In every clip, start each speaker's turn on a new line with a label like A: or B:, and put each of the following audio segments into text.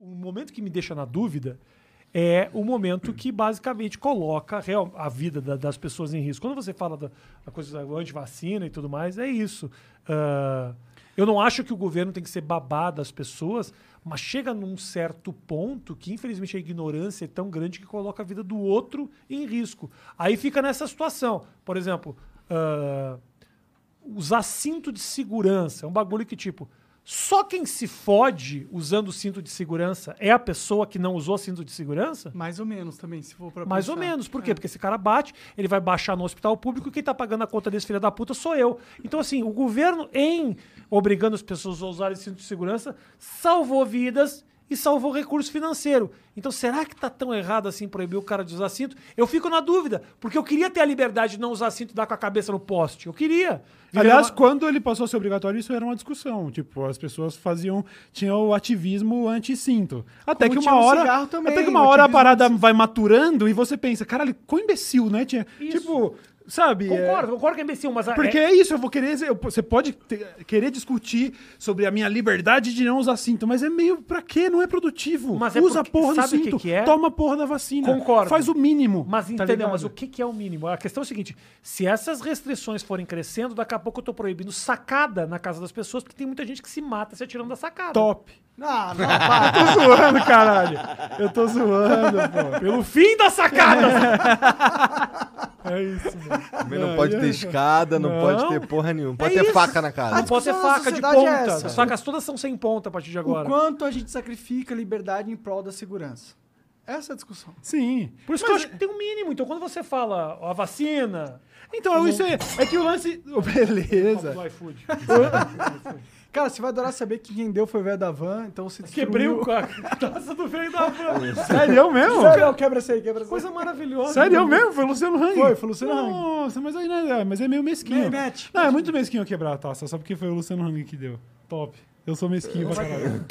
A: o momento que me deixa na dúvida é o momento que basicamente coloca a real- a vida da- das pessoas em risco. Quando você fala da, da coisa da antivacina e tudo mais, é isso. Ah, eu não acho que o governo tem que ser babado das pessoas, mas chega num certo ponto que, infelizmente, a ignorância é tão grande que coloca a vida do outro em risco. Aí fica nessa situação. Por exemplo, ah, usar cinto de segurança. É um bagulho que, tipo, só quem se fode usando cinto de segurança é a pessoa que não usou cinto de segurança?
B: Mais ou menos também, se for pra
A: Mais ou
B: pensar.
A: menos. Por quê?
B: É.
A: Porque esse cara bate, ele vai baixar no hospital público e quem tá pagando a conta desse filho da puta sou eu. Então, assim, o governo, em obrigando as pessoas a usarem cinto de segurança, salvou vidas e salvou recurso financeiro. Então, será que tá tão errado assim proibir o cara de usar cinto? Eu fico na dúvida, porque eu queria ter a liberdade de não usar cinto e dar com a cabeça no poste. Eu queria.
C: Aliás,
A: Virar uma-
C: quando ele passou a ser obrigatório, isso era uma discussão. Tipo, as pessoas faziam. Tinha o ativismo anti-cinto. Até
B: Como
C: que
B: tinha
A: um
C: uma
B: no
C: hora.
B: cigarro também,
C: até que
B: o
C: uma hora a
B: ativismo
C: parada vai maturando e você pensa, caralho, quão imbecil, né? Tinha,
A: Isso.
C: tipo, sabe? é-
A: Concordo, concordo que é imbecil, mas... a-
C: Porque
A: é-
C: é isso, eu vou querer. eu- você pode ter- querer discutir sobre a minha liberdade de não usar cinto, mas é meio pra quê? Não é produtivo.
A: Mas é
C: Usa
A: porque-
C: a porra do
A: sabe o que
C: cinto,
A: que é?
C: toma a porra da vacina.
A: Concordo.
C: Faz o mínimo.
A: Mas
C: tá
A: entendeu,
C: ligado?
A: mas o que, que é o mínimo? A questão é o seguinte: se essas restrições forem crescendo, daqui a pouco eu tô proibindo sacada na casa das pessoas, porque tem muita gente que se mata se atirando da sacada.
C: Top.
B: Ah, não, para.
C: Tô zoando, caralho. Eu tô zoando, pô.
A: Pelo fim da sacada! é isso, mano.
D: Também não pode ter escada, não, pode ter porra nenhuma. Pode ter
A: é. isso.
D: faca na
A: Não
D: casa.
B: discussão
A: pode ter
B: na
A: faca de
B: sociedade é
A: ponta.
B: essa.
A: As facas todas são sem ponta a partir de
B: o
A: agora.
B: quanto a gente sacrifica a liberdade em prol da segurança. Essa é a discussão.
C: Sim.
A: Por isso que eu acho que tem um mínimo. Então, quando você fala ó, a vacina,
C: Então, isso é, é que o lance. Oh, beleza.
A: do iFood.
B: Cara, você vai adorar saber que quem deu foi o velho da van, então se destruiu.
A: Quebrei o a taça do velho da van.
C: Sério mesmo?
B: Sério, não, quebra essa aí, quebra essa aí.
A: Coisa maravilhosa.
C: Sério mesmo? Foi o Luciano Hang.
B: Foi, foi o Luciano Hang.
C: Nossa, mas aí não é, mas é meio
B: Meio
C: mesquinho.
B: match,
C: não, é muito mesquinho quebrar a taça, só porque foi o Luciano Hang que deu. Top. Eu sou mesquinho pra caralho.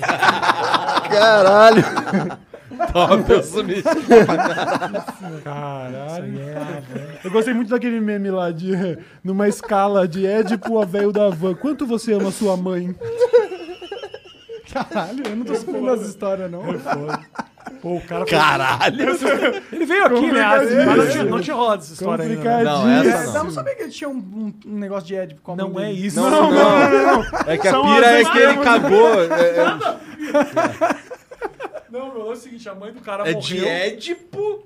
D: Caralho.
E: Top, eu sumi.
C: Caralho. Eu gostei muito daquele meme lá de numa escala de Édipo a velho da van. Quanto você ama sua mãe?
B: Caralho, eu não tô subindo
A: né?
B: as histórias,
A: É
B: não. É,
A: Pô, o cara
E: Caralho.
A: Ele veio aqui, né? Mas
C: Complicadíssimo.
A: não te- não te rola essa história ainda. né?
C: Complicadíssimo.
D: Não, essa
B: Eu não sabia que ele tinha um, um- um negócio de Ed com a mão
A: Não é
B: dele.
A: isso.
D: Não, não, não, É que a pira é que ele cagou. É, é-
A: Não, meu lance é o seguinte, a mãe do cara
D: é
A: morreu.
D: de Édipo.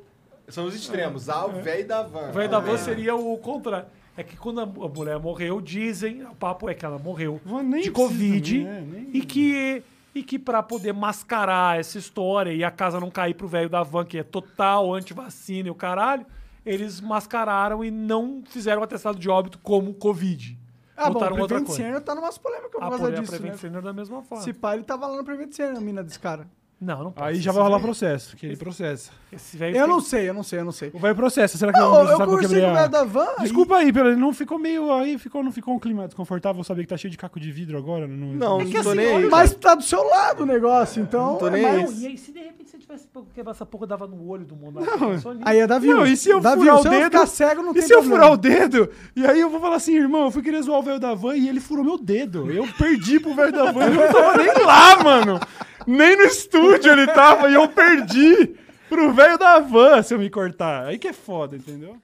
D: São os extremos. Ah, o velho da van. É.
A: O velho É. da van seria o contrário. É que quando a mu- a mulher morreu, dizem, o papo é que ela morreu
C: Vou nem
A: de
C: preciso,
A: Covid
C: né? Nem-
A: e que e que para poder mascarar essa história e a casa não cair pro velho da van, que é total antivacina e o caralho, eles mascararam e não fizeram o atestado de óbito como Covid.
B: Ah, bom,
A: Botaram
B: o
A: outra
B: Prevent
A: coisa. Ah, é
B: Senior tá numas polêmicas por
A: A
B: causa
A: mulher
B: disso, né?
A: Prevent Senior da mesma forma.
B: Se pá, ele tava lá no Prevent Senior, a mina desse cara.
A: Não, não pode.
C: Aí já vai rolar processo, que ele processa.
A: Esse velho
B: Eu
A: tem-
B: não sei, eu não sei, eu não sei.
C: Vai processo, será que eu
B: Não,
C: vou
B: eu,
C: precisar com
B: conversei com o
C: aquele-
B: velho da van.
C: Desculpa aí, pelo não ficou meio aí, ficou não ficou um clima desconfortável, saber que tá cheio de caco de vidro agora, né, não.
D: Não,
B: aí-
D: não
B: Que
D: tô
B: assim,
D: nem aí.
B: mas tá do seu lado o negócio, então.
D: Não tô
B: é
D: nem
B: mais-
D: aí.
A: Não, e aí, se de repente você tivesse quebrar essa porra, dava no olho do mundo. Só nisso.
B: Aí é Davi.
C: Não, e se eu
B: Davi,
C: furar o
B: se eu não
C: dedo-
B: ficar cego, não
C: E
B: tem
C: se eu
B: problema.
C: furar o dedo? E aí eu vou falar assim, irmão, eu fui querer zoar o velho da van e ele furou meu dedo. Eu perdi pro velho da van, ele não tava nem lá, mano. Nem no estúdio ele tava e eu perdi pro velho da van se eu me cortar. Aí que é foda, entendeu?